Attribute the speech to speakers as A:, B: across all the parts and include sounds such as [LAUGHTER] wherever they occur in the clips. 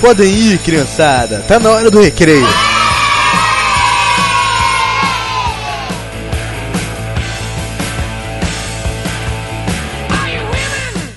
A: Podem ir, criançada. Tá na hora do recreio.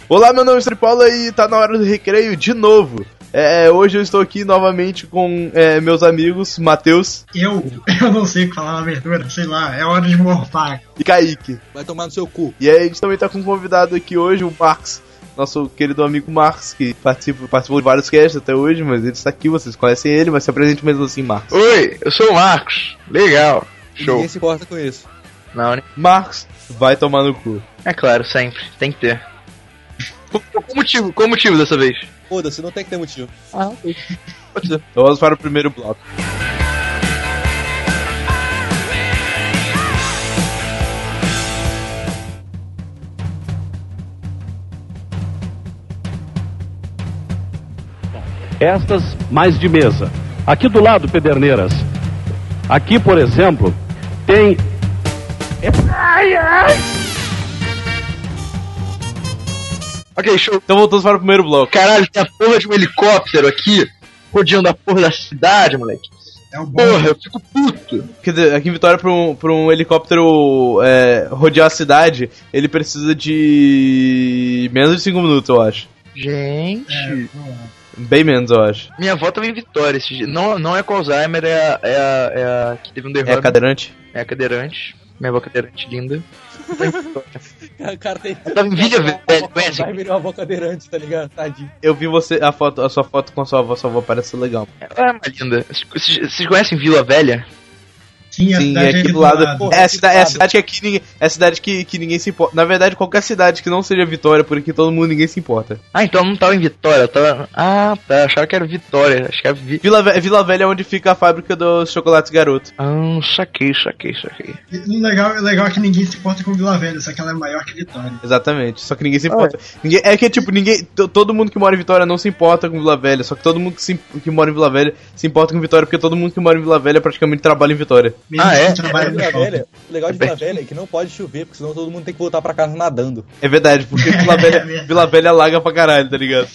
B: Olá, meu nome é Tripola e tá na hora do recreio de novo. É, hoje eu estou aqui novamente com é, meus amigos Matheus
C: Eu, [LAUGHS] eu não sei o que falar na abertura, sei lá, é hora de morfar.
B: e Kaique.
D: Vai tomar no seu cu.
B: E aí a gente também tá com um convidado aqui hoje, o Marx. Nosso querido amigo Marx, que participa, participou de vários casts até hoje, mas ele está aqui, vocês conhecem ele, mas se apresente mesmo assim, Marx.
E: Oi, eu sou o Marcos. Legal.
D: E
E: Show.
D: Ninguém se importa com isso.
E: Não, né?
B: Marx vai tomar no cu.
E: É claro, sempre. Tem que ter. Qual o motivo, qual o motivo dessa vez?
D: Foda-se, não tem que ter motivo.
E: Pode ser.
B: Então vamos para o primeiro bloco.
F: estas mais de mesa. Aqui do lado, Pederneiras. Aqui, por exemplo, tem.
E: Ok, show.
B: Então voltamos para o primeiro bloco.
E: Caralho, tem a porra de um helicóptero aqui, rodeando a porra da cidade, moleque.
C: É o bom.
E: Porra, eu fico puto.
B: Quer dizer, aqui em Vitória, para um, pra um helicóptero é, rodear a cidade, ele precisa de. menos de 5 minutos, eu acho.
E: Gente.
C: É, porra.
B: Bem menos, eu acho.
E: Minha avó tava em Vitória esse dia. Não, não é com Alzheimer, é a, é a, é a que teve um
B: É
E: derrame.
B: cadeirante?
E: É a cadeirante. Minha avó é cadeirante linda. Tá em Vitória.
D: O cara tem.
E: Ela tava em Vila Velha, conhece?
D: Vai virar uma boca cadeirante, tá ligado? Tadinho.
B: Eu vi você, a, foto, a sua foto com a sua avó, sua avó parece legal.
E: Ela é uma linda. Vocês vocês conhecem Vila Velha?
C: Sim, a
B: Sim, é
C: cidade é
B: aqui
C: ali
B: do lado.
D: Porra,
B: É a,
D: que
B: cida- é a
D: lado.
B: cidade que aqui ninguém. É a cidade que, que ninguém se importa. Na verdade, qualquer cidade que não seja Vitória, por aqui todo mundo ninguém se importa.
E: Ah, então ela não tava em Vitória, ela tava. Ah, tá, achava que era Vitória, acho que era Vi...
B: Vila, Ve- Vila Velha é onde fica a fábrica dos chocolates garoto.
E: Ah, saquei, saquei, saquei.
C: E O legal, o legal é que ninguém se importa com Vila Velha, só que ela é maior que Vitória.
B: Exatamente. Só que ninguém
D: Ah,
B: se importa. Ninguém- é que, tipo, ninguém. to- Todo mundo que mora em Vitória não se importa com Vila Velha. Só que todo mundo que, se- que mora em Vila Velha se importa com Vitória, porque todo mundo que mora em Vila Velha praticamente trabalha em Vitória.
C: Mesmo
E: Ah,
C: quem
E: é?
C: trabalha no
D: Vila
C: shopping.
D: Velha, o legal de Vila Velha é que não pode chover, porque senão todo mundo tem que voltar pra casa nadando.
B: É verdade, porque Vila
C: [LAUGHS] É
B: Velha,
C: verdade.
B: Vila Velha alaga pra caralho, tá ligado?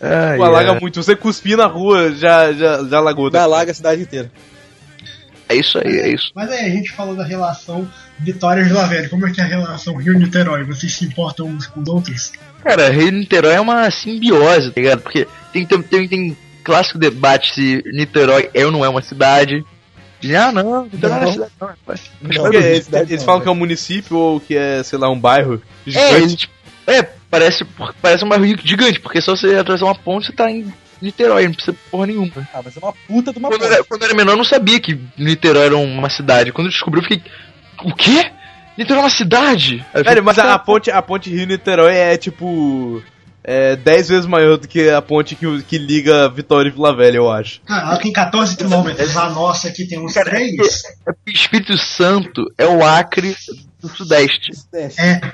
E: Ah,
B: Pô, alaga muito. Você cuspir na rua já, já, já alagou. tá
D: Da laga a cidade inteira.
E: É isso aí, é isso.
C: Mas aí, a gente falou da relação Vitória e Vila Velha. Como é que é a relação Rio-Niterói? Vocês se importam uns com os outros?
E: Cara, Rio e Niterói é uma simbiose, tá ligado? Porque tem, tem, tem, tem clássico debate se Niterói é ou não é uma cidade. Dizem, ah, não, Niterói não é
D: Não.
E: uma cidade, não. rapaz.
D: Não,
B: Porque eles,
D: cidade
B: eles
D: não,
B: falam que
D: velho.
B: é um município ou que é, sei lá, um bairro
E: É,
B: gigante.
E: eles, tipo, é, parece, parece um bairro gigante, porque só você atravessar uma ponte você tá em Niterói, não precisa porra nenhuma.
D: Ah, mas é uma puta de uma
E: Quando
D: puta.
E: eu, era, quando eu era menor, eu não sabia que Niterói era uma cidade. Quando eu descobri, eu fiquei. O quê? Niterói é uma cidade? Aí
B: Velho,
E: eu falei,
B: mas a, a
E: "Tá,
B: ponte, a ponte Rio-Niterói é tipo. É 10 vezes maior do que a ponte que, o- que liga Vitória e Vila Velha, eu acho.
C: Cara, ela tem 14 quilômetros. A nossa aqui tem uns
E: Cara,
C: 3.
E: é Espírito Santo é o Acre do Sudeste.
C: É,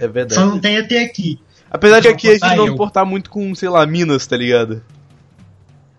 B: É verdade.
C: só não tem até aqui.
B: Apesar de
C: Só
B: aqui a gente
C: botar
B: não
C: eu.
B: importar muito com, sei lá, Minas, tá ligado?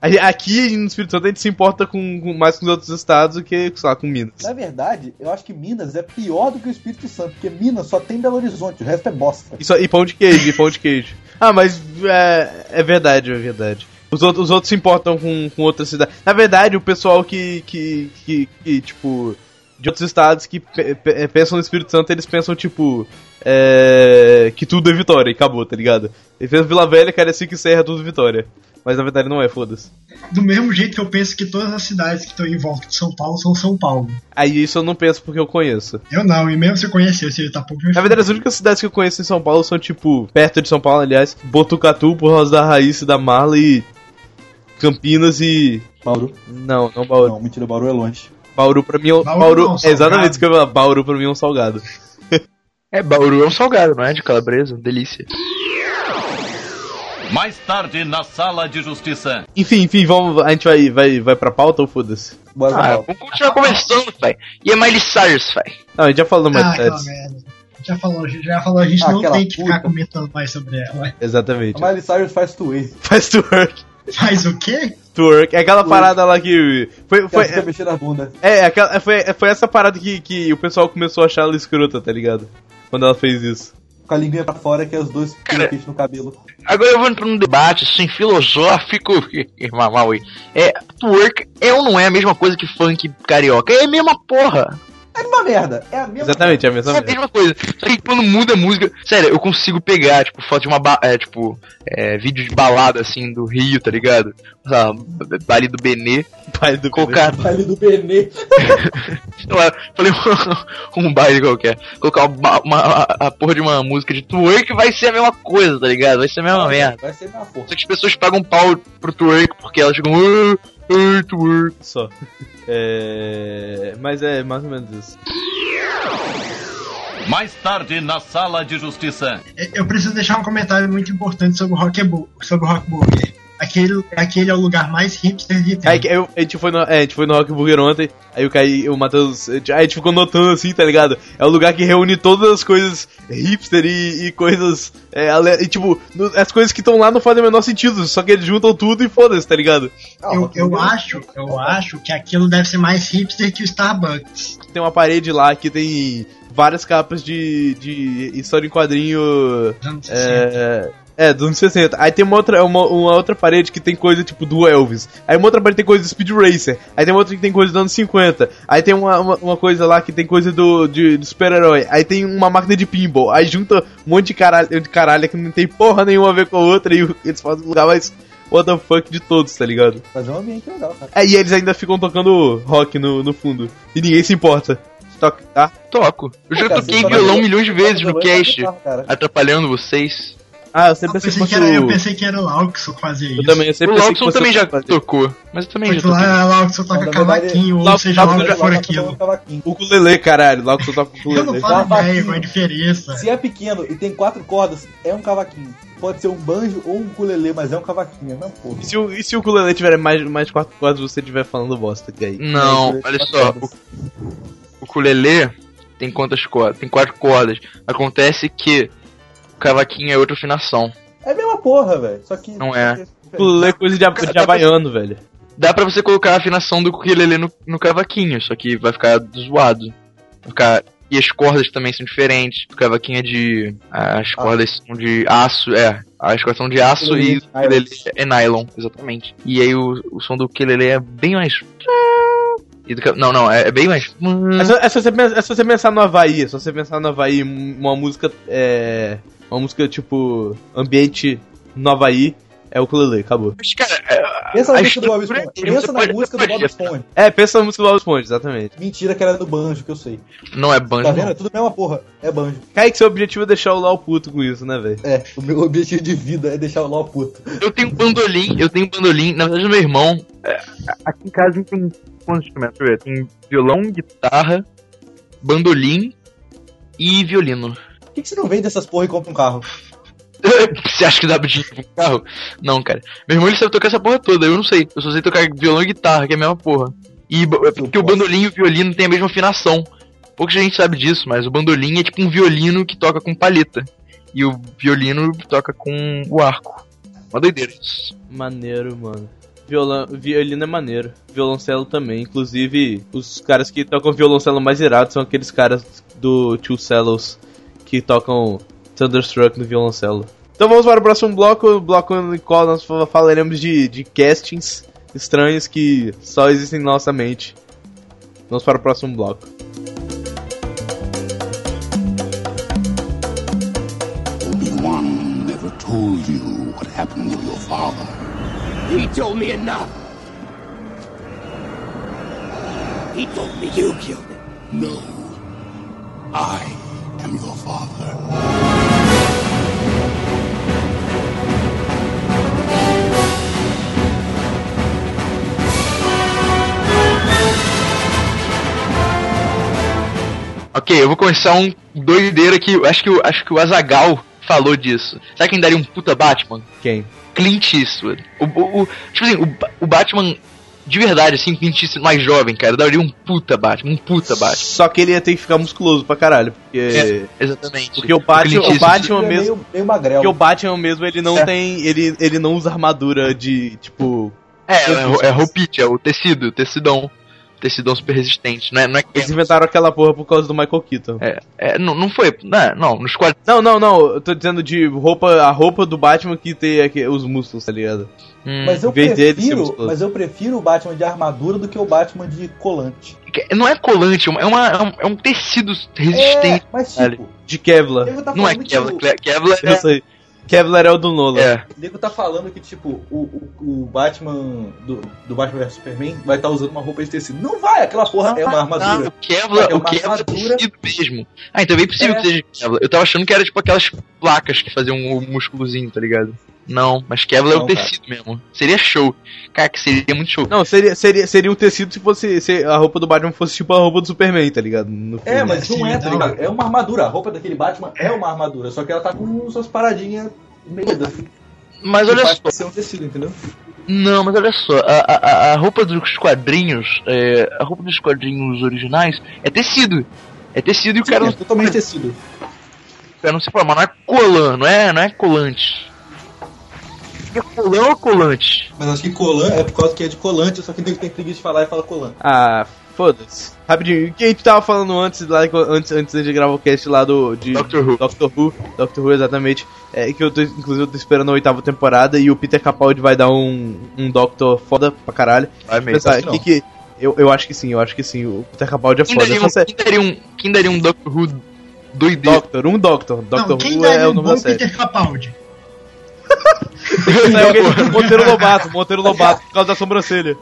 B: A gen- Aqui no Espírito Santo a gente se importa com, com- mais com os outros estados do que, sei lá, com Minas.
D: Na verdade, eu acho que Minas é pior do que o Espírito Santo, porque Minas só tem Belo Horizonte, o resto é bosta.
B: E, só- e pão de queijo, e pão de queijo. Ah, mas é, é verdade, é verdade. Os outros, os outros se importam com, com outras cidades. Na verdade, o pessoal que, que, que, que, tipo, de outros estados que pe- pe- pensam no Espírito Santo, eles pensam, tipo, é, que tudo é vitória e acabou, tá ligado? Eles pensam Vila Velha, Cariacica e Serra, tudo vitória. Mas na verdade não é, foda-se.
C: Do mesmo jeito que eu penso que todas as cidades que estão em volta de São Paulo são São Paulo.
B: Aí isso eu não penso porque eu conheço.
C: Eu não, e mesmo se eu conhecer, se ele tá pouco me
B: Na verdade, as únicas cidades que eu conheço em São Paulo são, tipo, perto de São Paulo, aliás, Botucatu, por causa da raiz e da mala e. Campinas e.
D: Bauru.
B: Não, não Bauru.
D: Não, mentira, Bauru é longe.
B: Bauru pra mim é um.
C: Bauru
B: Bauru,
C: não,
B: é
C: salgado.
B: exatamente isso que eu ia falar. Bauru pra mim é um salgado.
E: É, Bauru é um salgado, não é? De calabresa, delícia.
G: Mais tarde na sala de justiça.
B: Enfim, enfim, vamos. A gente vai, vai, vai pra pauta ou foda-se?
D: Bora
E: Ah,
D: pra Bauru. é
E: vamos continuar conversando, pai. E é Miley Cyrus, pai.
B: Não, a gente já falou mais
C: Ah, aquela
B: cidades.
C: merda. Já falou, já falou, a gente
D: Ah,
C: não
D: aquela
C: tem que ficar
D: puta.
C: comentando mais sobre ela. [LAUGHS]
B: Exatamente.
D: A Miley Cyrus faz tuê.
B: Faz twerk.
C: Faz o quê?
B: Twerk. É aquela parada lá que. Foi,
D: Ela
B: foi,
D: fica mexendo a bunda.
B: é, é aquela, foi, foi essa parada que, que o pessoal começou a achar ela escrota, tá ligado? Quando ela fez isso.
D: com a linguinha pra fora, que é os dois
E: Cara.
D: peixe no cabelo.
E: Agora eu vou entrar num debate assim, filosófico. [LAUGHS] irmão Maui. É, twerk é ou não é a mesma coisa que funk carioca? É a mesma porra.
D: É uma merda. É a mesma
B: Exatamente, é a mesma
E: É a
B: merda.
E: mesma coisa. Só que quando muda a música. Sério, eu consigo pegar, tipo, foto de uma. ba- É, tipo, é, vídeo de balada assim do Rio, tá ligado? Ah, Bali do Benê.
B: Pai do
E: Colocar
D: merda. Ali do Benê.
E: sei lá, falei [LAUGHS] um, um baile qualquer. Colocar uma, uma- a- a porra de uma música de twerk vai ser a mesma coisa, tá ligado? Vai ser a mesma merda.
D: Vai ser uma porra.
E: Só que as pessoas pagam pau pro twerk porque elas ficam. "Ah, ah, twerk.
B: só. É... Mas é mais ou menos isso.
G: Mais tarde na Sala de Justiça.
C: É, Eu preciso deixar um comentário muito importante sobre o Rockbo- sobre o Rock Burger. Aquele, aquele é o lugar mais hipster de
B: Aí,
C: tem.
B: que- eu- a, gente foi no, é, a gente foi no Rock Burger ontem, aí eu caí, o Matheus. Aí a gente ficou notando assim, tá ligado? É o lugar que reúne todas as coisas hipster e, e coisas. é, ale- e tipo, no- as coisas que estão lá não fazem o menor sentido, só que eles juntam tudo e foda-se, tá ligado?
D: Ah,
C: Eu,
D: Rock in
C: eu
D: Rio.
C: acho, eu acho que aquilo deve ser mais hipster que o Starbucks.
B: Tem uma parede lá que tem várias capas de, de história em quadrinho.
C: dos anos 60.
B: É, é, dos anos 60. Aí tem uma outra, uma, uma outra parede que tem coisa tipo do Elvis. Aí uma outra parede tem coisa do Speed Racer. Aí tem uma outra que tem coisa dos anos 50. Aí tem uma, uma, uma coisa lá que tem coisa do, de, do super-herói. Aí tem uma máquina de pinball. Aí junta um monte de caralho, de caralho que não tem porra nenhuma a ver com a outra. E o- eles fazem o lugar mais what the fuck de todos, tá ligado?
D: Fazer um ambiente legal, cara.
B: Aí eles ainda ficam tocando rock no, no fundo. E ninguém se importa. Toca, tá?
E: Toco. Eu já
D: Pô, cara,
E: toquei
D: você
E: violão
D: tá-
E: milhões de vezes no
D: Tá
E: cast,
D: legal, cara.
E: atrapalhando vocês.
B: Ah, eu sempre
C: Eu
B: pensei que
C: pensei, que
B: fosse
C: era, eu
B: o-
C: pensei que era o Lauxo que fazia isso.
B: Eu também, eu sempre
E: O
B: pensei que
E: Lawson
B: fosse
E: também
B: o-
E: já tocou, mas eu também já
C: Porque
E: toquei.
C: lá, lá "Ah, o que só
D: Não,
C: toca
D: na verdade,
C: cavaquinho,
B: lá
C: ou
B: o-
C: seja
B: lá
C: lá
B: o-
C: o que
B: lá
C: for
D: Coloca um
C: aquilo.
D: cavaquinho.
B: O ukulele, caralho. Lá que você toca o
C: [LAUGHS] Eu não
B: ukulele.
D: Lá o
C: faço ideia
D: cavaquinho.
C: qual é a diferença.
D: Se é pequeno e tem quatro cordas, é um cavaquinho. Pode ser um banjo ou um ukulele, mas é um cavaquinho, não porra.
B: E se, o- e se o ukulele tiver mais, mais quatro quadros, você estiver falando bosta, que aí?
E: Não, olha
D: é
E: só, o, o ukulele tem quantas cordas? Tem quatro cordas. Acontece que o cavaquinho é outra afinação.
D: É a mesma porra, velho. Só que.
E: Não é.
B: Ukulele é coisa de, de havaiano, velho.
E: Dá pra você colocar a afinação do ukulele no, no cavaquinho, só que vai ficar zoado. Vai ficar- E as cordas também são diferentes. O cavaquinho é de.
D: Ah.
E: As cordas são de aço, é. As cordas são de aço e o ukulele é nylon, exatamente. E aí o, o som do ukulele é bem mais. E do ca- não, não, é, é bem mais.
B: É só, é só você, pensar- é só você pensar no Havaí, é só você pensar no Havaí, um- uma música. É, uma música tipo. Ambiente no Havaí. É o ukulele, acabou.
E: Mas, cara, é-
D: Pensa na
E: A
D: música do Bob
E: estrutura
D: Esponja.
E: é mesmo,
D: Pensa na
E: pode-
D: música do
E: pode tá?
D: Bob
E: ir.
D: Esponja.
B: É, pensa na música do Bob Esponja, exatamente.
D: Mentira que era do banjo, que eu sei.
E: não é banjo.
D: Tá vendo?
E: não.
D: É tudo a mesma porra. É banjo.
B: Kaique, seu objetivo é deixar o Lau puto com isso, né, velho?
D: É, o meu [LAUGHS] objetivo de vida é deixar o Ló puto.
E: Eu tenho um bandolim, eu tenho bandolim. Na verdade, meu irmão. é, a- aqui em casa a gente tem um quantos instrumentos? Deixa eu ver. Tem violão, guitarra, bandolim e violino. [LAUGHS]
D: Por que, que você não vende essas porra e compra um carro?
E: Você acha que dá pra dinheiro pra um carro? Não, cara. Meu irmão ele sabe tocar essa porra toda, eu não sei. Eu só sei tocar violão e guitarra, que é a mesma porra. E ba- é porque o bandolim e o violino tem a mesma afinação. Pouca gente sabe disso, mas o bandolim é tipo um violino que toca com palheta. E o violino toca com o arco. Uma doideira isso.
B: Maneiro, mano. Violão, violino é maneiro. Violoncelo também. Inclusive, os caras que tocam violoncelo mais irado são aqueles caras do Two Cellos que tocam Thunderstruck no violoncelo. Então vamos para o próximo bloco, o bloco no qual nós fa- falaremos de, de castings estranhos que só existem na nossa mente. Vamos para o próximo bloco.
H: Obi-Wan never told you what happened to your father.
I: He told me enough. He told me you killed him.
H: No, I am your father.
E: Ok, eu vou começar um doideira que eu acho que, o- acho que o Azagal falou disso. Sabe quem daria um puta Batman?
B: Quem?
E: Clint Eastwood. O, o- o- tipo assim, o, Ba- o Batman de verdade, assim, Clint Eastwood mais jovem, cara, daria um puta Batman, um puta Batman.
B: Só que ele ia ter que ficar musculoso pra caralho, porque...
E: um- Exatamente.
B: Porque o Batman,
E: Clint
B: o Batman
D: Ele é
B: mesmo...
D: meio, meio magrelo.
B: Porque o Batman mesmo, ele não
E: É.
B: tem. Ele, ele não usa armadura de, tipo.
E: É, é, é roupite, é o tecido, é tecidão. tecidão super resistente, não é? Não é
B: Eles inventaram aquela porra por causa do Michael Keaton.
E: É, é, não, não foi. Não, não nos quadrinhos.
B: Não, não, não. Eu tô dizendo de roupa, a roupa do Batman que tem aqui, os músculos, tá ligado?
E: Hum,
D: Mas eu,
B: em vez dele, ser
D: prefiro,
B: musculoso.
D: mas eu prefiro o Batman de armadura do que o Batman de colante.
E: que- Não é colante, é, uma- é uma- é um, é um tecido
D: É,
E: resistente.
D: mas tipo,
B: De Kevlar.
D: nego tá
E: Não é
D: falando que
E: Kevlar.
D: o-
E: Ke- Kevlar
B: Eu sei. Kevlar é o do Nolan.
E: é. é.
D: O nego tá falando que, tipo, o, o, o Batman do, do Batman vs Superman vai estar usando uma roupa de tecido. Não vai, aquela porra é uma
E: Ah, o
D: armadura.
E: Kevlar,
D: É
E: o
D: uma
E: Kevlar é
D: armadura.
E: tecido mesmo. Ah, então é bem possível
D: É.
E: que seja Kevlar. Eu tava achando que era tipo aquelas placas que faziam o músculozinho, tá ligado? Não, mas Kevlar é o
D: Não, cara.
E: tecido mesmo. Seria show. Cara, que seria muito show.
B: Não, seria, seria, seria um tecido se fosse se a roupa do Batman fosse tipo a roupa do Superman, tá ligado? No
D: É,
B: filme.
D: mas não é, tá ligado? É uma armadura. A roupa daquele Batman é uma armadura, só que ela tá com suas paradinhas medas.
E: Mas olha só,
D: Ser um tecido, entendeu?
E: Não, mas olha só, a, a- a, a roupa dos quadrinhos, é, a roupa dos quadrinhos originais é tecido. É tecido e o cara,
D: Sim,
E: não,
D: é totalmente tecido.
E: o cara não se forma, não é colan, não é, não é colante. É colã ou colante?
D: Mas acho que colan é por causa que é de colante, só que nego tem preguiça de falar e fala colan.
B: Ah, foda-se. Rapidinho, o que a gente tava falando antes, lá, antes, antes de gravar o cast lá do de
E: Doctor Who.
B: Doctor Who, Doctor Who, exatamente. É que eu tô, inclusive, eu tô esperando a oitava temporada e o Peter Capaldi vai dar um, um Doctor foda pra caralho.
E: Vai
B: Pensar,
D: acho que
B: que que- eu, eu acho que sim, eu acho que sim. O Peter Capaldi é
E: Quem
B: foda.
E: daria, um,
B: Essa sé-
E: quem, daria um, quem daria um Doctor Who doideiro?
B: Doctor, um Doctor. Doctor
C: Não, quem
B: Who é
C: daria
B: o
C: um
B: nome da
C: bom
B: série.
C: Peter Capaldi?
B: Sai alguém tipo Monteiro Lobato, Monteiro Lobato, por causa da sobrancelha.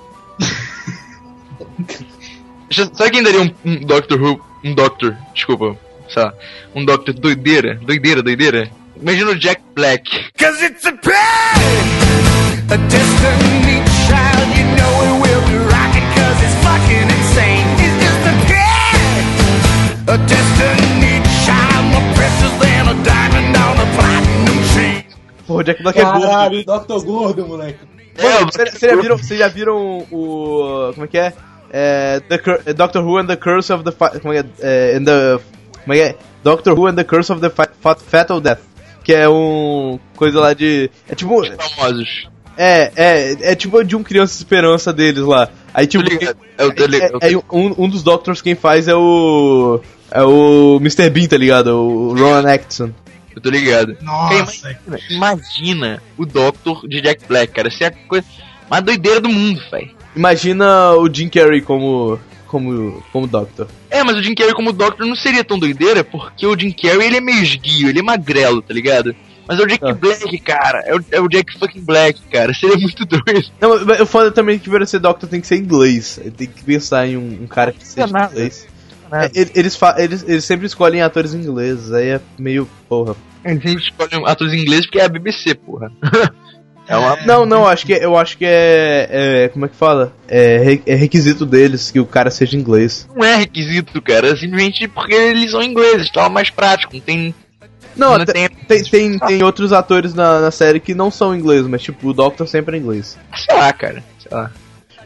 E: Já- Sabe quem daria um, um Doctor Who, um Doctor, desculpa, sei lá, um Doctor doideira, doideira, doideira? Imagina o Jack Black.
I: Cause it's a play! A destiny child, you know it will be right. Cause it's fucking insane. It's just a play! A destiny child, more precious than a diamond on a platinum chain.
B: Porra, o Jack Black é gordo.
D: Caralho, Dr. Gordo, moleque.
E: É,
B: Mano,
E: o
B: Vocês já viram, vocês já viram o. Como é que é? É, the Cur- é, Doctor Who and the Curse of the. Fa- Como é que é? É, and the- Como é que é? Doctor Who and the Curse of the Fa- Fa- Fatal Death. Que é um. Coisa lá de. É tipo.
E: famosos.
B: É, é. É tipo de um Criança Esperança deles lá. Aí
E: Tô
B: tipo.
E: ligado. É o Tele- é o
B: É, é um, um dos Doctors quem faz é o. É o Mr. Bean, tá ligado? O Ron Atkinson.
E: Eu tô ligado.
C: Nossa,
E: Imagina o Doctor de Jack Black, cara. Isso é a coisa mais doideira do mundo, velho.
B: Imagina o Jim Carrey como. Como, como Doctor.
E: É, mas o Jim Carrey como Doctor não seria tão doideira, porque o Jim Carrey ele é meio esguio, ele é magrelo, tá ligado? Mas é o Jack
B: Ah.
E: Black, cara. É o, é o Jack fucking Black, cara. Seria muito [LAUGHS] doido.
B: Não, mas o foda também é que pra ser Doctor tem que ser inglês. Ele Tem que pensar em um, um cara que seja
E: nada.
B: inglês. É, ele- eles, fa- eles, eles sempre escolhem atores ingleses, aí é meio porra.
E: Eles sempre escolhem atores ingleses porque é a BBC, porra. é uma.
B: Não, não, acho que eu acho que é, é- como é que fala? É, re- é requisito deles que o cara seja inglês.
E: Não é requisito, cara. É simplesmente porque eles são ingleses, tá mais prático. Não tem.
B: Não,
E: não
B: te-
E: tem. Ah,
B: tem, tem, tem outros atores na, na série que não são ingleses, mas tipo, o Doctor sempre é inglês.
E: Sei lá, cara. Sei lá.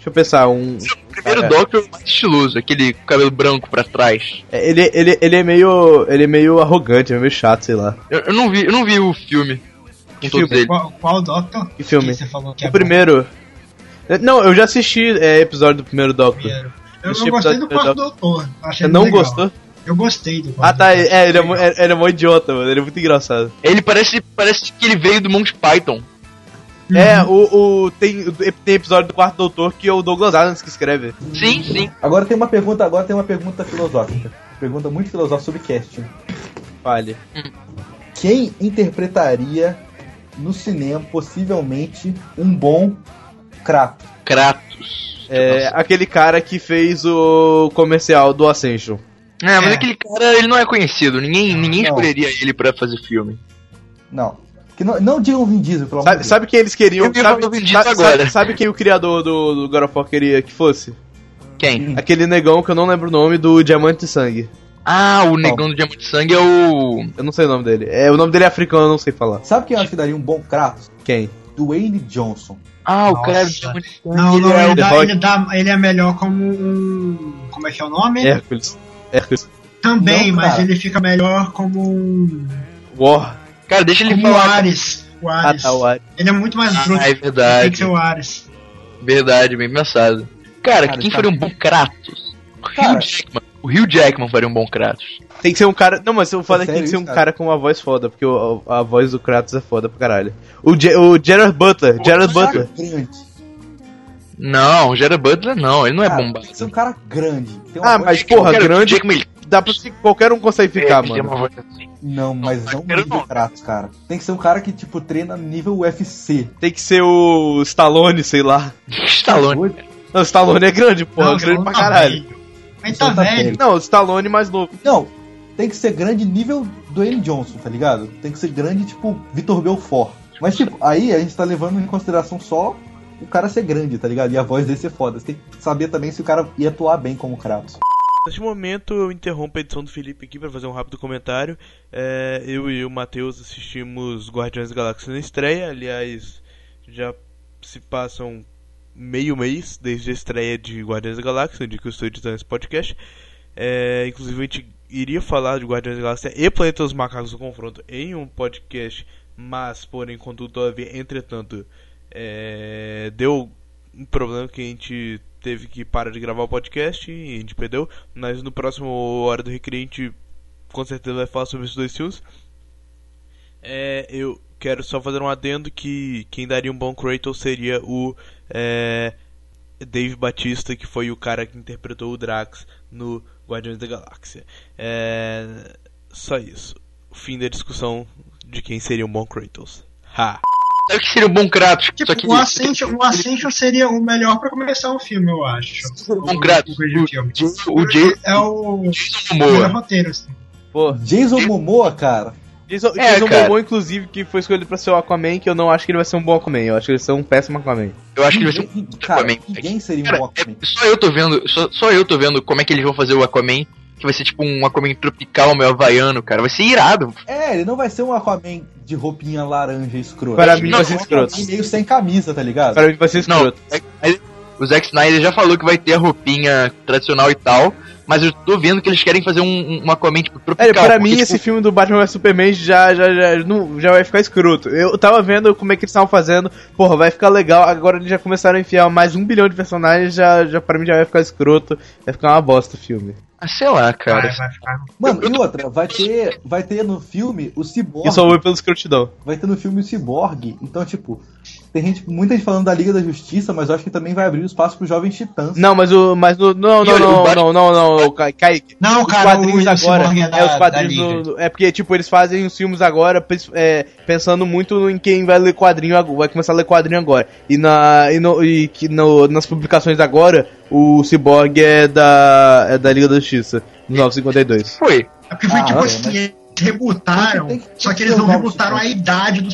B: Deixa eu pensar, um.
E: Primeiro
B: É.
E: Doctor é o mais estiloso, aquele com o cabelo branco pra trás.
B: é, Ele, ele, ele é meio. Ele é meio arrogante, é meio chato, sei lá.
E: Eu, eu não vi, eu não vi o filme. Com
B: filme?
E: todos eles.
C: qual, qual Doctor?
B: Que filme?
C: Que você falou que é
B: o primeiro. É, Não, eu já assisti é, episódio do primeiro
C: bom
B: Doctor.
C: primeiro. Eu,
B: Esse
C: eu gostei do
B: episódio
C: quarto
B: é
C: doutor. Achei
B: Você não
C: legal.
B: gostou?
C: Eu gostei do quarto
B: Ah tá,
C: doutor.
B: é, ele é, mó- é- ele é mó idiota, mano. Ele é muito engraçado.
E: Ele parece, parece que ele veio do Monty Python.
C: Uhum.
B: É, o, o- tem, tem episódio do quarto doutor que é o Douglas Adams que escreve.
E: Sim, sim.
D: Agora tem uma pergunta, agora tem uma pergunta filosófica. Pergunta muito filosófica sobre casting.
B: Fale.
D: Quem interpretaria no cinema possivelmente um bom Kratos?
E: Kratos.
B: É,
E: Nossa.
B: aquele cara que fez o comercial do Ascension.
E: É, mas
C: é.
E: aquele cara, ele não é conhecido. Ninguém, ninguém
D: Não.
E: escolheria ele pra fazer filme.
D: Não. Que não, não digam Vin Diesel, pelo amor
B: Sabe,
D: de
B: sabe que eles queriam.
E: Eu ia
B: Sabe,
E: falar do Vin Diesel
B: sabe,
E: agora.
B: sabe, sabe quem o criador do, do God of War queria que fosse?
E: Quem?
B: Aquele negão que eu não lembro o nome do Diamante e Sangue.
E: Ah, o negão do Diamante de Sangue é o.
B: Eu não sei o nome dele. É, o nome dele é africano, eu não sei falar.
D: Deus. Sabe quem eu acho que daria um bom Kratos?
B: Quem?
D: Dwayne Johnson.
E: Ah, o cara do
C: Nossa.
E: Diamante de Sangue.
C: Não, não,
B: é
C: ele,
B: o The
C: dá,
B: Rock.
C: ele, dá, ele é melhor como um. Como é que é o nome?
B: Hércules. Hércules.
C: Também,
D: Não,
C: mas
B: tá.
D: cara.
C: ele fica melhor como um.
B: War.
E: Cara, deixa ele
C: Como o
E: falar.
C: Ares. O
B: Ah,
C: Ares.
B: tá, o Ares.
C: Ele é muito mais bruto.
E: Ah, é
C: Tem que
E: verdade.
C: ser o Ares.
E: Verdade, bem pensado. Cara,
B: Cara,
E: quem
B: tá-
E: faria um bom Kratos? O Hugh
D: Cara.
E: Jackman. O Hugh Jackman faria um bom Kratos.
B: Tem que ser um cara. Não, mas eu falo que tem
D: sério
B: que ser
D: isso,
B: um
D: cara?
B: cara com uma voz foda, porque o- a, a voz do Kratos é foda pra caralho. O, Je- o Gerard Butler,
J: é?
B: Gerard Butler.
D: grande.
E: Não, o Jared Butler não, ele não é
D: Cara,
E: bombado.
D: Tem que ser um cara grande. Tem
B: Ah,
D: voz-
B: mas porra,
E: Cara, o Hugh
B: grande.
E: Jackman, ele
B: Dá pra se- qualquer um consegue
J: É,
B: ficar,
E: ele tem uma
B: mano.
E: voz assim.
D: Não, mas
E: Não,
D: não
E: mas
D: muito
E: não.
D: Kratos, cara. Tem que ser um cara que, tipo, treina nível UFC.
B: Tem que ser o Stallone, sei lá.
E: Stallone.
B: Não, o Stallone é grande, porra.
C: Não,
B: grande
C: o
B: pra
C: Stallone tá
B: caralho.
C: velho. Mas tá
D: Só tá
C: velho.
D: velho.
B: Não, o Stallone é mais novo.
D: Não, tem que ser grande nível Dwayne Johnson, tá ligado? Tem que ser grande, tipo, Vitor Belfort. Mas, tipo, aí a gente tá levando em consideração só o cara ser grande, tá ligado? E a voz dele ser foda. Você tem que saber também se o cara ia atuar bem como Kratos.
J: Neste momento eu interrompo a edição do Felipe aqui para fazer um rápido comentário. É, eu e o Matheus assistimos Guardiões da Galáxia na estreia, aliás, já se passam meio mês desde a estreia de Guardiões da Galáxia, de que eu estou editando esse podcast. É, inclusive a gente iria falar de Guardiões da Galáxia e Planeta dos Macacos do Confronto em um podcast, mas porém, contudo, todavia, entretanto, é, deu um problema que a gente teve que parar de gravar o podcast e a gente perdeu. Mas no próximo Hora do Recreio a gente com certeza vai falar sobre esses dois filmes. É, eu quero só fazer um adendo que quem daria um bom Kratos seria o é, Dave Batista, que foi o cara que interpretou o Drax no Guardiões da Galáxia. É, só isso. Fim da discussão de quem seria um bom Kratos. Ha!
E: Sabe o que seria um bom Kratos? Só que
C: Tipo, o Ascension, o Ascension seria o melhor pra começar o filme, eu acho.
E: um Kratos.
C: O, o, o filme.
E: o, o Jason
C: É o.
E: Momoa.
C: melhor roteiro, assim.
B: Pô,
D: Jason Momoa, cara.
B: Jason,
E: É,
B: Jason
E: cara.
B: Momoa, um inclusive, que foi escolhido pra ser o Aquaman, que eu não acho que ele vai ser um bom Aquaman. Eu acho que ele vai ser um péssimo Aquaman.
E: Eu acho que ele vai ser um.
D: ninguém, cara,
E: Aquaman.
D: ninguém seria
E: Cara,
D: um Aquaman.
E: é- só eu tô vendo. Só, só eu tô vendo como é que eles vão fazer o Aquaman. Que vai ser tipo um Aquaman tropical, meio havaiano, cara. Vai ser irado.
D: É, ele não vai ser um Aquaman de roupinha laranja escrota.
B: Para mim
E: não,
B: vai ser escroto.
D: E meio sem camisa, tá ligado?
B: Para mim vai ser
E: Não.
B: escroto.
E: O Zack Snyder já falou que vai ter a roupinha tradicional e tal. Mas eu tô vendo que eles querem fazer um, um- um Aquaman tipo tropical.
B: É, pra mim,
E: porque,
B: esse
E: tipo,
B: filme do Batman vs Superman já, já, já, não, já vai ficar escroto. Eu tava vendo como é que eles estavam fazendo, porra, vai ficar legal. Agora eles já começaram a enfiar mais um bilhão de personagens, já, já pra mim já vai ficar escroto. Vai ficar uma bosta o filme.
E: Ah, sei lá, cara.
C: Vai, vai ficar.
D: Mano, e outra, vai ter, vai ter no filme o Cyborg.
B: E só um vou pelo escrotidão.
D: vai ter no filme o Cyborg. Então, tipo, tem gente, muita gente falando da Liga da Justiça, mas eu acho que também vai abrir espaço pro Jovem Titãs.
B: Não, mas o. Mas no, não,
E: E
B: não,
E: olha, o
B: não,
E: Batman-
B: não, não, não, não, Ca- Kaique.
C: Não,
B: os
C: cara, o,
B: quadrinhos
C: o
B: agora.
C: Cyborg é da,
B: é, os quadrinhos
C: da Liga.
B: do- do- é porque, tipo, eles fazem os filmes agora pens- é, pensando muito em quem vai ler quadrinho agora, vai começar a ler quadrinho agora. E, na, e, no- e que no- nas publicações agora, o Cyborg é da, é da Liga da Justiça, no 952.
E: Foi.
C: É porque foi
D: Ah,
C: tipo
D: é,
C: assim, eles rebutaram,
D: Tem que- tem que
C: só que
D: ter
C: eles
D: um
C: não
D: nome
C: rebutaram a
D: diferente.
C: idade dos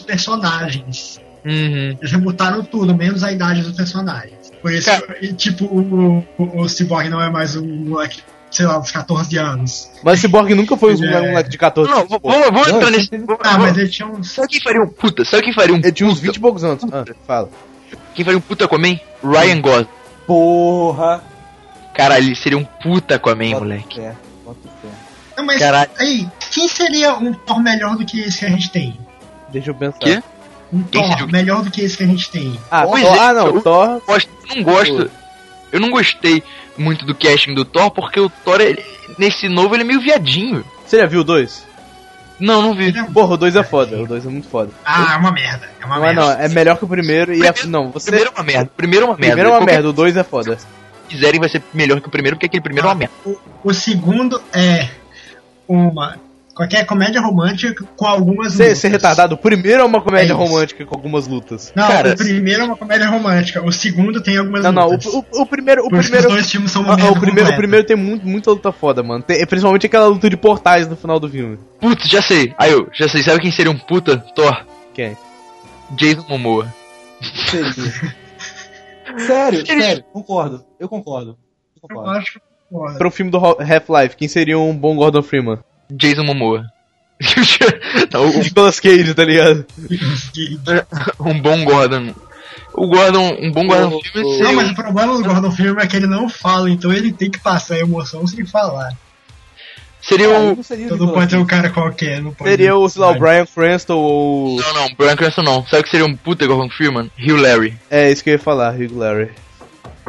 C: personagens.
E: Uhum.
C: Eles rebutaram tudo, menos a idade dos personagens. Por isso,
E: Cara.
C: e, tipo, o, o, o Cyborg não é mais um moleque, sei lá, uns 14 anos.
B: Mas o Cyborg nunca foi um
C: É.
B: moleque de 14
E: Não,
B: pô.
E: vamos, vamos
D: Não,
E: entrar
D: isso
E: nesse.
D: teve-
E: vamos-
C: Ah,
E: vamos-
C: mas ele tinha uns.
E: Sabe quem faria um puta? Sabe quem faria um
B: Ele tinha É uns
E: puta?
B: 20 e poucos anos. Ah, fala.
E: Quem faria um puta Aquaman? Ryan Gosling.
D: Porra!
E: Cara, ele seria um puta Aquaman,
D: Bota
E: moleque.
D: fé, bota fé.
C: Não, mas
E: Caralho.
C: aí, quem seria um Thor melhor do que esse que a gente tem?
B: Deixa eu pensar.
E: Quê?
C: Um
E: Quem seria
C: Thor
E: o-
C: melhor do que esse que a gente tem.
B: Ah,
E: Pois
B: Thor,
E: é,
B: ah, não,
E: eu-
B: Thor.
E: gosto- eu não gosto. Eu não gostei muito do casting do Thor, porque o Thor, ele- nesse novo, ele é meio viadinho.
B: Você já viu o 2?
E: Não, não vi.
C: Ele é-
B: Porra, o 2 é foda, o 2 é muito foda.
C: Ah, é uma merda. É uma
B: Não é
C: merda.
B: não, é melhor que o primeiro e é.
E: Primeiro-
B: Não, você.
E: Primeiro é uma merda. Primeiro é uma merda.
B: Primeiro é uma
E: Qualquer
B: merda, o 2 é foda.
E: que quiserem vai ser melhor que o primeiro, porque aquele primeiro é uma merda.
C: O segundo é uma. Qualquer comédia romântica com algumas.
B: Ser,
C: lutas.
B: ser retardado, o primeiro é uma comédia
C: É isso.
B: romântica com algumas lutas.
C: Não,
E: Cara,
C: o primeiro é uma comédia romântica, o segundo tem algumas
B: Não, não, o,
C: lutas.
B: o- o primeiro. O
C: Por isso que
B: primeiro,
C: os dois filmes são uma
B: ah,
C: merda
B: o, primeiro o
C: completa.
B: primeiro tem muito, muita luta foda, mano. Tem- principalmente aquela luta de portais no final do filme.
E: Putz, já sei. Aí eu, já sei. Sabe quem seria um puta Thor?
B: Quem?
E: Jason Momoa.
D: Seria. sério, sério, concordo. Eu concordo. Eu
C: Eu
D: concordo.
C: acho que é porra.
B: Para o um filme do Ho- Half-Life, quem seria um bom Gordon Freeman?
E: Jason Momoa. [LAUGHS] Não, o-
B: Nicolas Cage, tá ligado?
E: um bom Gordon. O Gordon, um bom Gordon
B: O-
E: filme
B: o-
E: seria
C: Não, mas
E: um-
C: o problema do Gordon Freeman é que ele não fala, então ele tem que passar a emoção sem falar.
E: seria
D: Cara,
E: o
D: não seria o
C: Então não
D: Nicolas
C: pode ser um
D: Cage.
C: cara qualquer, não pode. um
B: Seria o, sei lá, o Brian Cranston ou.
E: Não, não, Brian Cranston não. Sabe o que seria um puta Gordon Freeman? Hugh Larry.
B: É isso que eu ia falar, Hugh Larry.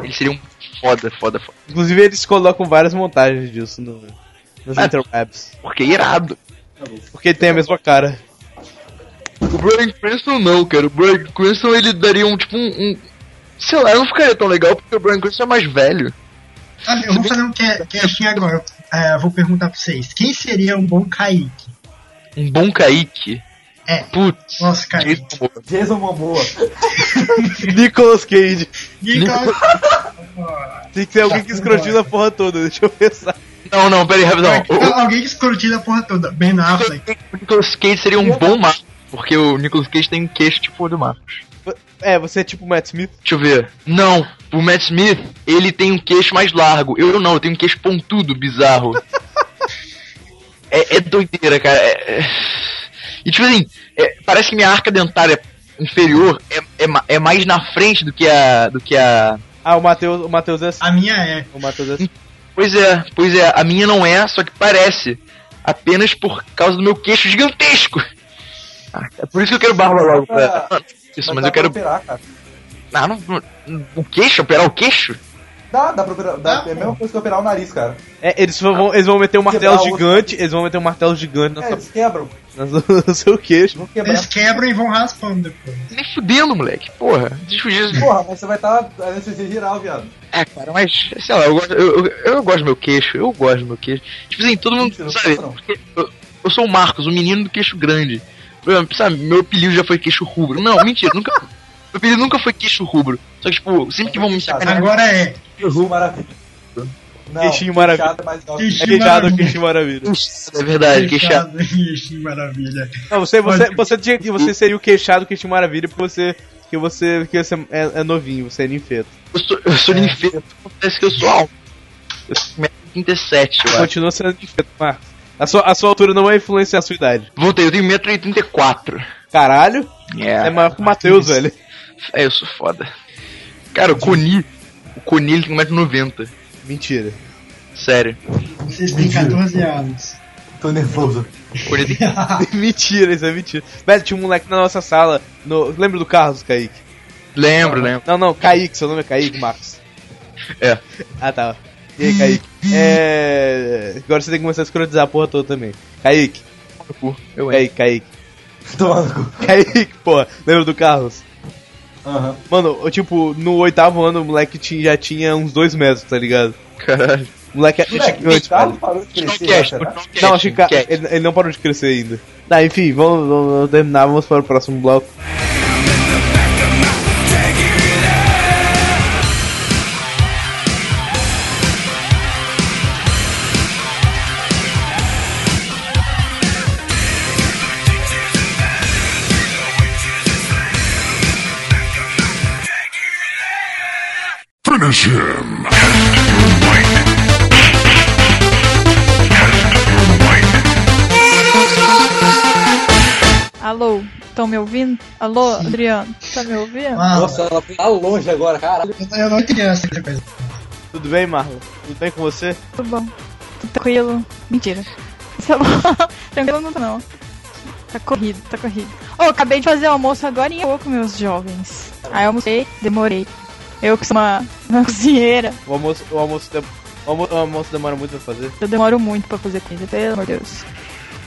E: Ele seria um foda, foda, foda.
B: Inclusive eles colocam várias montagens disso no, nos
E: Ah,
B: interwebs.
E: Porque é irado.
B: Porque ele tem a mesma cara. [LAUGHS]
E: O Brian Cranston não, cara. O Brian Cranston ele daria um tipo um. um- sei lá, não ficaria tão legal porque o Brian Cranston é mais velho.
C: Olha, eu vou fazer um que- casting agora. Ah, vou perguntar pra vocês. Quem seria um bom Kaique?
E: Um bom Kaique.
C: É.
E: Putz,
C: Nossa, Kaique.
E: Jason Momoa.
D: Jason Momoa.
B: Nicolas Cage.
C: Nicolas-
B: Tem que ser alguém
D: Tá
B: que escrotiza a porra toda, deixa eu pensar.
E: Não, não, peraí, rapidão. O,
C: Não, tá alguém que escrotiza a porra toda. Ben Affleck.
E: o- o Nicolas Cage seria um bom Marcos, porque o Nicolas Cage tem um queixo tipo do Marcos.
B: É, você é tipo Matt Smith.
E: Deixa eu ver. Não, o Matt Smith, ele tem um queixo mais largo. Eu não, eu tenho um queixo pontudo, bizarro. é, é doideira, cara. É- é- E tipo assim, é, parece que minha arca dentária inferior é, é, ma- é mais na frente do que a. do que a.
B: Ah, o Matheus, o Matheus é assim.
C: A minha é.
B: O Matheus é assim.
E: Pois é, pois é, a minha não é, só que parece. Apenas por causa do meu queixo gigantesco. Ah, é por isso que eu quero barba logo, cara. Ah, Isso, mas
D: dá
E: eu quero.
D: Pra operar, cara.
E: Ah, não, não- o queixo? Operar o queixo?
D: Dá, dá pra operar. Dá,
C: Dá,
D: é a
C: pô.
D: mesma coisa que operar o nariz, cara.
B: É, eles vão, eles vão meter um
D: Quebrar
B: martelo
D: o outro.
B: gigante, eles vão meter um martelo gigante na
D: É,
B: sua-
D: eles quebram.
B: na sua- [LAUGHS] no seu queixo.
D: Vão quebrar.
C: Eles quebram e vão raspando depois.
E: Nem fudendo, moleque. Porra, se fugir.
D: Porra, mas você vai estar tá anestesia geral, viado.
E: É, cara, mas, sei lá, eu gosto, eu, eu, eu gosto do meu queixo, eu gosto do meu queixo. Tipo assim, todo mundo
D: Mentira, não
E: sabe,
D: gosto não.
E: porque eu, eu sou o Marcos, o menino do queixo grande. Eu, Sabe, meu apelido já foi queixo rubro. Não, mentira, nunca. Meu apelido nunca foi queixo rubro. Só que, tipo, sempre que vão me sacanear.
C: Agora é.
D: Uhul, maravilha. Não,
B: Queixinho maravilha.
D: queixada é mais legal.
B: É
C: Queixinho
B: queixado,
C: maravilha.
B: queixo maravilha.
E: É verdade,
C: [LAUGHS]
E: queixado.
C: Queixado, maravilha.
B: Não, você, você, você, tinha que- você seria o queixado, queixo maravilha, porque você. Que você, que você é, é novinho, você é ninfeto.
E: Eu sou, eu sou ninfeto, parece que eu sou alto. Eu sou 1,37m, eu acho.
B: Continua sendo ninfeto, Marcos. A sua, a sua altura não vai influenciar a sua idade.
E: Voltei, eu tenho 1,84m.
B: Caralho, é
E: Yeah.
B: maior que o Matheus, velho.
E: É, eu sou foda. Cara, o Coni, o Coni ele tem 1,90m.
B: Mentira.
E: Sério.
C: Vocês têm 14 anos.
D: Tô nervoso.
E: O Coni tem
B: mentira, isso [LAUGHS] é mentira. Velho, tinha um moleque na nossa sala. No... Lembra do Carlos, Kaique?
E: Lembro, lembro.
B: Não, não, Kaique, seu nome é Kaique, Marcos.
E: É.
B: Ah, tá. E aí, Kaique? É. Agora você tem que começar a escrotizar a porra toda também. Kaique,
E: Eu é.
B: Kaique, Kaique. [LAUGHS]
D: Toma no cu.
B: Kaique, porra, lembra do Carlos?
D: Aham.
B: Mano, eu, tipo, no oitavo ano o moleque tinha, já tinha uns dois metros, tá ligado?
E: Caralho.
B: O moleque é- era
D: Moleque,
B: gigante,
D: o Carlos
B: velho.
D: parou de
E: Não
D: crescer, né,
E: cast,
D: será?
B: Não, acho que ca- ele, ele não parou de crescer ainda. Tá, enfim, vamos, vamos terminar, vamos para o próximo bloco.
H: Finish him.
K: Alô, estão me ouvindo? Alô, Adriano, tá me ouvindo?
C: Ah,
D: Nossa, ela foi lá longe agora, caralho.
C: eu não queria essa coisa.
B: Tudo bem, Marlon? Tudo bem com você?
K: Tudo bom? Tudo tranquilo? Mentira. [LAUGHS] Tá bom. tranquilo não tá não. Tá corrido, tá corrido. Ô, acabei de fazer almoço agora em pouco, meus jovens. Aí eu almocei, demorei. Eu que sou uma, uma [LAUGHS] cozinheira,
B: O almoço, o almoço, dem- o almo- o almoço demora muito pra fazer.
K: eu demoro muito pra fazer comida, pelo amor de Deus.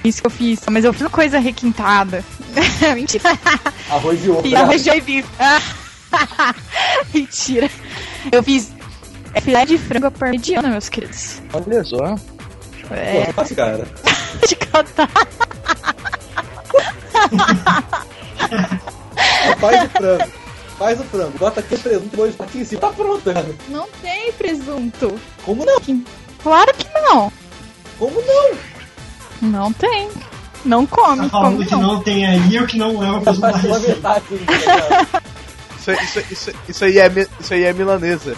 K: Isso que eu fiz, mas eu fiz uma coisa requintada. [LAUGHS] Mentira.
D: Arroz de ovo. né?
K: E arroz de bife. [LAUGHS] Mentira. Eu fiz é, filé de frango à parmegiana, meus queridos.
E: Olha só.
K: É,
D: Nossa, cara.
K: [LAUGHS] de cantar.
D: Faz o frango. Faz o frango. Bota aqui o presunto, dois aqui em cima. Tá pronto, cara.
K: Não tem presunto.
D: Como não?
K: Claro que não.
D: Como não?
K: Não tem. Não
C: Tá
K: come, come
C: falando que
K: não.
C: não tem aí, eu que não levo
D: [LAUGHS]
C: pra
D: Faz pela
C: fazer
D: metade. cara.
B: Isso, isso, isso, isso, aí, é, mi- isso aí é [LAUGHS] milanesa.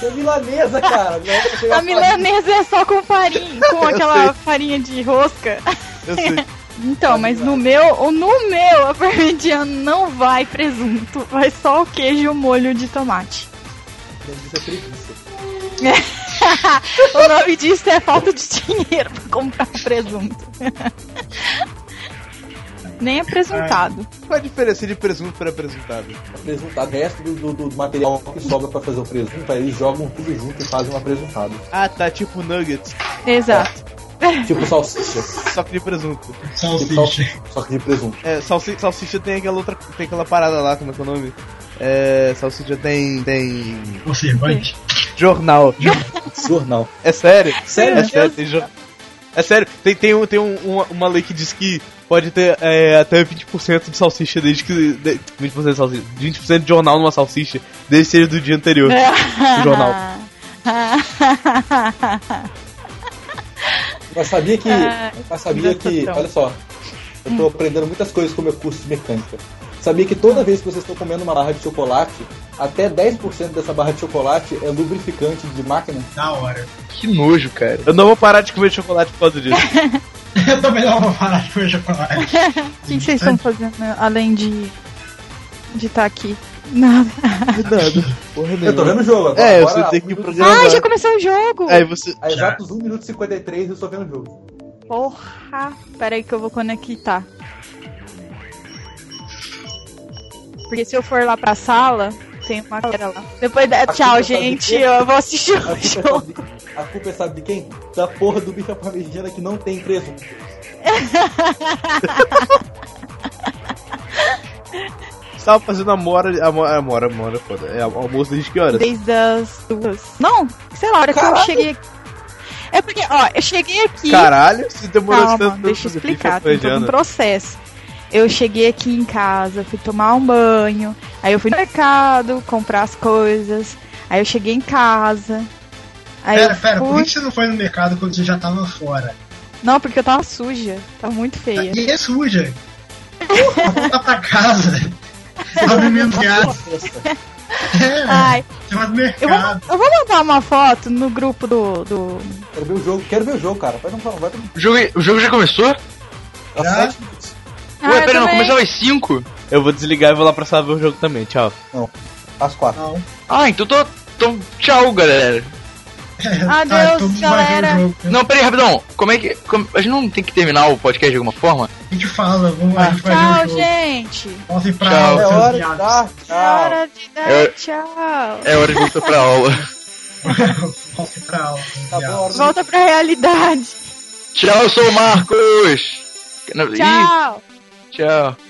D: Você é milanesa, cara. Não é pra pegar
K: A milanesa é só com farinha, com aquela farinha de rosca.
B: Eu sei.
K: Então, mas no meu, o- no meu, a [LAUGHS] parmegiana não vai presunto, vai só o queijo e o molho de tomate.
D: farinha. Isso é preguiça.
K: O nome disso é falta de dinheiro pra comprar presunto. Nem apresentado.
B: Qual a diferença de presunto para apresentado?
D: Apresentado, o resto do, do- do material que sobra pra fazer o presunto, aí eles jogam tudo junto e fazem um apresentado.
B: Ah, tá tipo nuggets.
K: Exato.
D: Tipo salsicha.
B: Só que de presunto.
D: Tipo salsicha. Só que de presunto.
B: É, salsi- salsicha tem aquela outra. Tem aquela parada lá, como é que é o nome? É. Salsicha tem. tem.
C: Conservante?
B: Jornal.
D: Jornal.
B: É sério?
D: Sério?
B: É sério, tem jor- É sério, tem, tem, um, tem um- uma, uma lei que diz que pode ter é, até 20% de salsicha desde que. de- 20% de salsicha. 20% de jornal numa salsicha, desde que seja do dia anterior.
K: É.
B: o jornal.
D: Mas sabia que.
K: Ah,
D: mas sabia
K: eu tô
D: que.
K: tão-
D: Olha só. Eu tô aprendendo muitas coisas com o meu curso de mecânica. Sabia que toda vez que vocês estão comendo uma barra de chocolate, até 10% dessa barra de chocolate é lubrificante de máquina?
C: Da hora.
E: Que nojo, cara.
B: Eu não vou parar de comer chocolate por causa disso.
C: Eu também não vou parar de comer chocolate.
K: [LAUGHS] O que que vocês estão fazendo né, além de. de estar aqui? Nada.
D: Eu tô vendo o jogo agora.
B: É,
D: Agora,
B: você tem que
D: um minuto-
B: programar.
K: Ah, já começou o jogo!
B: Aí você.
D: A exatos 1 minuto e 53 eu estou vendo o jogo.
K: Porra! Pera aí que eu vou conectar. Porque se eu for lá pra sala, tem uma galera lá. Depois da...
D: A
K: Tchau,
D: culpa sabe
K: gente.
D: de quem?
K: Eu vou assistir
D: A
K: o
D: culpa é
K: jogo.
D: sabe de- A culpa é sabe de quem? Da porra do bicho parmegiana que não tem presunto.
B: Você tava fazendo a mora. A mora, a mora, a mora foda. É al- almoço desde que horas?
K: Desde as duas. Não, sei lá, a hora que eu
D: Caralho.
K: cheguei aqui. É porque, ó, eu cheguei aqui.
B: Caralho, se demorou
K: Calma,
B: tanto
K: deixa eu
B: pra fazer
K: explicar,
B: pica
K: tem todo um
B: parmegiana.
K: processo. Eu cheguei aqui em casa, fui tomar um banho, aí eu fui no mercado comprar as coisas, aí eu cheguei em casa. Aí
C: Pera,
K: eu
C: pera, por
K: fui...
C: que que você não foi no mercado quando você já tava fora?
K: Não, porque eu tava suja, tava muito feia.
C: E é suja. Porra, volta pra casa. Você vai me enviar. É,
K: Ai,
C: você vai no
K: eu vou,
C: mercado.
K: eu vou mandar uma foto no grupo do. do...
D: Quero ver o jogo, quero ver o jogo, cara. Vai, não, vai, vai.
E: O jogo, o jogo já começou?
D: Dá
C: Já?
D: sete minutos.
K: Ah,
E: Ué, pera, não, começou às 5?
B: Eu vou desligar e vou lá pra sala ver o jogo também. Tchau.
D: Às quatro.
C: Não.
E: Ah, então tô. tô- tchau, galera.
C: É,
K: Adeus,
C: todo mundo vai ver o
K: galera.
C: jogo.
E: Não, peraí, rapidão. Como é que. como- a gente não tem que terminar o podcast de alguma forma?
C: A gente fala, vamos, a gente vai ver
K: Tchau,
C: o jogo.
K: gente!
C: Voltem pra
E: Tchau.
C: aula,
D: É
C: seus
D: hora de
C: viados. [LAUGHS]
D: dar tchau.
K: É hora de dar
E: Eu-
K: tchau!
E: É hora de voltar pra aula.
C: Voltem pra aula, seus
D: Tá bom,
C: viados.
D: a hora de-
K: Volta pra realidade!
E: Tchau, eu sou o Marcos! Não, ih,
K: Tchau!
E: tchau.